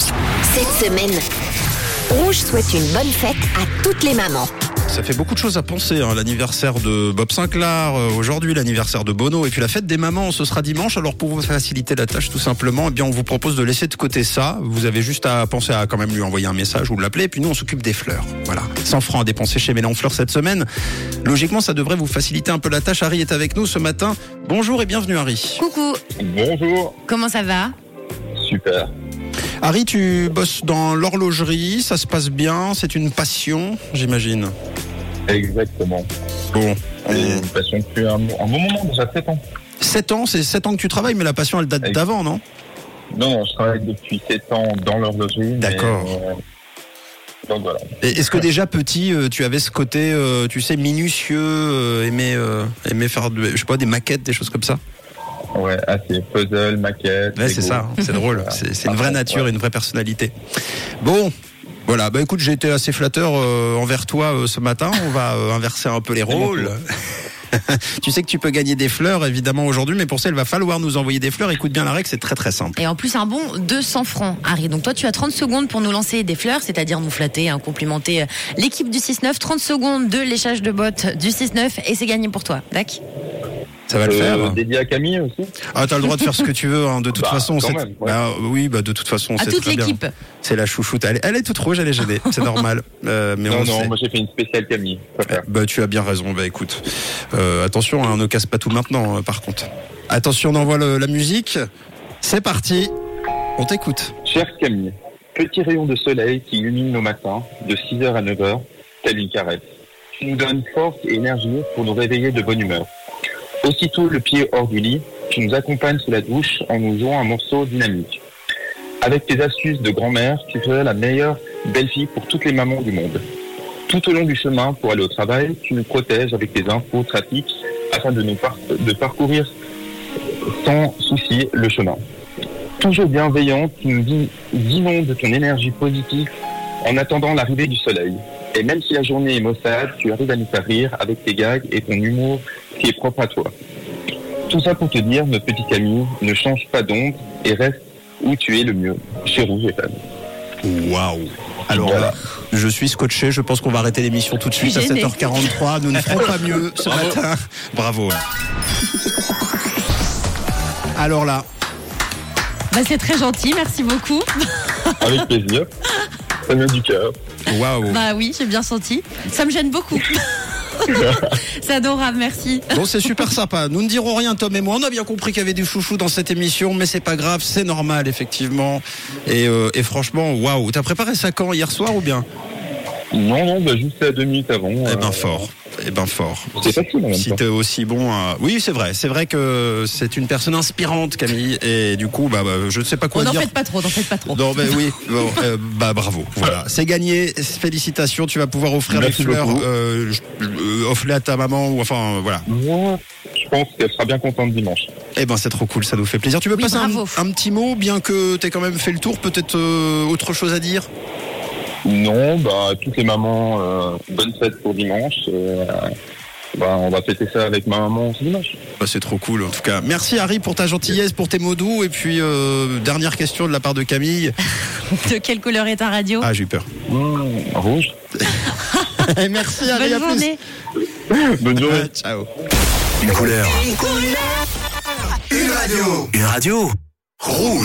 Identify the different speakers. Speaker 1: Cette semaine, Rouge souhaite une bonne fête à toutes les mamans.
Speaker 2: Ça fait beaucoup de choses à penser. hein. L'anniversaire de Bob Sinclair, euh, aujourd'hui l'anniversaire de Bono, et puis la fête des mamans, ce sera dimanche. Alors pour vous faciliter la tâche, tout simplement, eh bien on vous propose de laisser de côté ça. Vous avez juste à penser à quand même lui envoyer un message ou l'appeler, et puis nous on s'occupe des fleurs. Voilà, 100 francs à dépenser chez Mélanfleur cette semaine. Logiquement, ça devrait vous faciliter un peu la tâche. Harry est avec nous ce matin. Bonjour et bienvenue Harry.
Speaker 3: Coucou,
Speaker 4: Bonjour,
Speaker 3: comment ça va
Speaker 4: super.
Speaker 2: Harry, tu bosses dans l'horlogerie, ça se passe bien, c'est une passion, j'imagine.
Speaker 4: Exactement.
Speaker 2: Bon, on
Speaker 4: Et
Speaker 2: est-
Speaker 4: une passion depuis un, un bon moment, déjà 7 ans.
Speaker 2: 7 ans, c'est 7 ans que tu travailles, mais la passion elle date
Speaker 4: Ex-
Speaker 2: d'avant, non
Speaker 4: Non, non, je travaille depuis 7 ans dans l'horlogerie. mais,
Speaker 2: D'accord.
Speaker 4: euh, donc voilà.
Speaker 2: Et Est-ce que déjà petit, euh, tu avais ce côté, euh, tu sais, minutieux, euh, aimer, euh, aimer faire, de- je sais pas, des maquettes, des choses comme ça
Speaker 4: Ouais, assez puzzle, maquette.
Speaker 2: Ouais, c'est
Speaker 4: Lego.
Speaker 2: ça, hein. c'est drôle. C'est c'est une vraie nature et une vraie personnalité. Bon, voilà, bah écoute, j'ai été assez flatteur euh, envers toi euh, ce matin. On va euh, inverser un peu les
Speaker 4: mon
Speaker 2: rôles. tu sais que tu peux gagner des fleurs, évidemment, aujourd'hui, mais pour ça, il va falloir nous envoyer des fleurs. Écoute bien la règle, c'est très très simple.
Speaker 3: Et en plus, un bon 200 francs, Harry. Donc, toi, tu as 30 secondes pour nous lancer des fleurs, c'est-à-dire nous flatter, hein, complimenter euh, l'équipe du 6-9. 30 secondes de l'échage de bottes du 6-9 et c'est gagné pour toi. D'accord
Speaker 2: Ça va le faire
Speaker 4: Euh, dédié à Camille aussi.
Speaker 2: Ah, t'as le droit de faire ce que tu veux, hein, de toute
Speaker 4: Bah,
Speaker 2: façon.
Speaker 4: quand
Speaker 2: c'est-
Speaker 4: même, ouais.
Speaker 2: Bah, oui, bah, de toute façon,
Speaker 3: À
Speaker 2: c'est
Speaker 3: toute
Speaker 2: très bien.
Speaker 3: l'équipe.
Speaker 2: C'est la chouchoute. Elle, elle est toute rouge, elle est gênée. C'est normal. Euh, mais on
Speaker 4: non,
Speaker 2: le
Speaker 4: non,
Speaker 2: sait.
Speaker 4: moi j'ai fait une spéciale Camille. je préfère.
Speaker 2: Bah, tu as bien raison. Bah, écoute, euh, attention, hein, on ne casse pas tout maintenant, euh, par contre. Attention, on envoie le- la musique. C'est parti. On t'écoute.
Speaker 4: Chère Camille, petit rayon de soleil qui illumine nos matins de 6h à 9h, telle une caresse. Tu nous donnes force et énergie pour nous réveiller de bonne humeur. Aussitôt le pied hors du lit, tu nous accompagnes sous la douche en nous jouant un morceau dynamique. Avec tes astuces de grand-mère, tu ferais la meilleure belle-fille pour toutes les mamans du monde. Tout au long du chemin pour aller au travail, tu nous protèges avec tes infos trafic afin de nous par- de parcourir sans souci le chemin toujours bienveillante, qui nous dit vivons de ton énergie positive en attendant l'arrivée du soleil. Et même si la journée est maussade, tu arrives à nous faire rire avec tes gags et ton humour qui est propre à toi. Tout ça pour te dire, notre petit Camille, ne change pas d'ombre et reste où tu es le mieux, chez Rouge et Femme.
Speaker 2: Waouh. Alors
Speaker 4: Voilà.
Speaker 2: là, je suis scotché. Je pense qu'on va arrêter l'émission tout de suite à
Speaker 3: Gêné.
Speaker 2: 7h43. Nous ne ferons pas mieux ce matin. Bravo. Alors là,
Speaker 3: bah, C'est très gentil, merci beaucoup.
Speaker 4: Avec plaisir. Ça vient du cœur.
Speaker 2: waouh.
Speaker 3: Bah oui, j'ai bien senti. Ça me gêne beaucoup. c'est adorable, merci.
Speaker 2: Bon, c'est super sympa. Nous ne dirons rien, Tom et moi. On a bien compris qu'il y avait du chouchou dans cette émission, mais c'est pas grave, c'est normal, effectivement. Et, euh, et franchement, waouh. T'as préparé ça quand Hier soir ou bien
Speaker 4: Non, non, bah juste à deux minutes avant.
Speaker 2: Eh ben
Speaker 4: euh,
Speaker 2: fort. Eh ben fort.
Speaker 4: C'est facile en même
Speaker 2: Si
Speaker 4: temps.
Speaker 2: t'es aussi bon à... Oui, c'est vrai. C'est vrai que c'est une personne inspirante, Camille. Et du coup, bah, bah, je ne sais pas quoi
Speaker 3: n'en
Speaker 2: dire.
Speaker 3: faites pas trop, n'en faites pas trop.
Speaker 2: Non, mais oui, bon, euh, bah bravo. Voilà, c'est gagné. Félicitations, tu vas pouvoir offrir
Speaker 4: Merci
Speaker 2: les fleurs,
Speaker 4: beaucoup.
Speaker 2: euh, je- euh, offre-les à ta maman ou enfin euh, voilà.
Speaker 4: Moi, je pense qu'elle sera bien contente dimanche.
Speaker 2: Eh ben c'est trop cool, ça nous fait plaisir. Tu veux
Speaker 3: Oui,
Speaker 2: passer un,
Speaker 3: bravo.
Speaker 2: un petit mot, bien que t'aies quand même fait le tour, peut-être euh, autre chose à dire
Speaker 4: Non, bah toutes les mamans, euh, bonne fête pour dimanche. euh, bah, on va fêter ça avec ma maman ce dimanche.
Speaker 2: bah, C'est trop cool en tout cas. Merci Harry pour ta gentillesse, pour tes mots doux, et puis euh, dernière question de la part de Camille.
Speaker 3: De quelle couleur est ta radio
Speaker 2: Ah j'ai eu peur.
Speaker 4: Mmh, rouge.
Speaker 2: Et merci Harry, à
Speaker 3: Bonne
Speaker 2: plus.
Speaker 3: journée.
Speaker 4: Bonne journée.
Speaker 2: Ah, ciao.
Speaker 5: Une couleur. Une radio. Une radio. Rouge.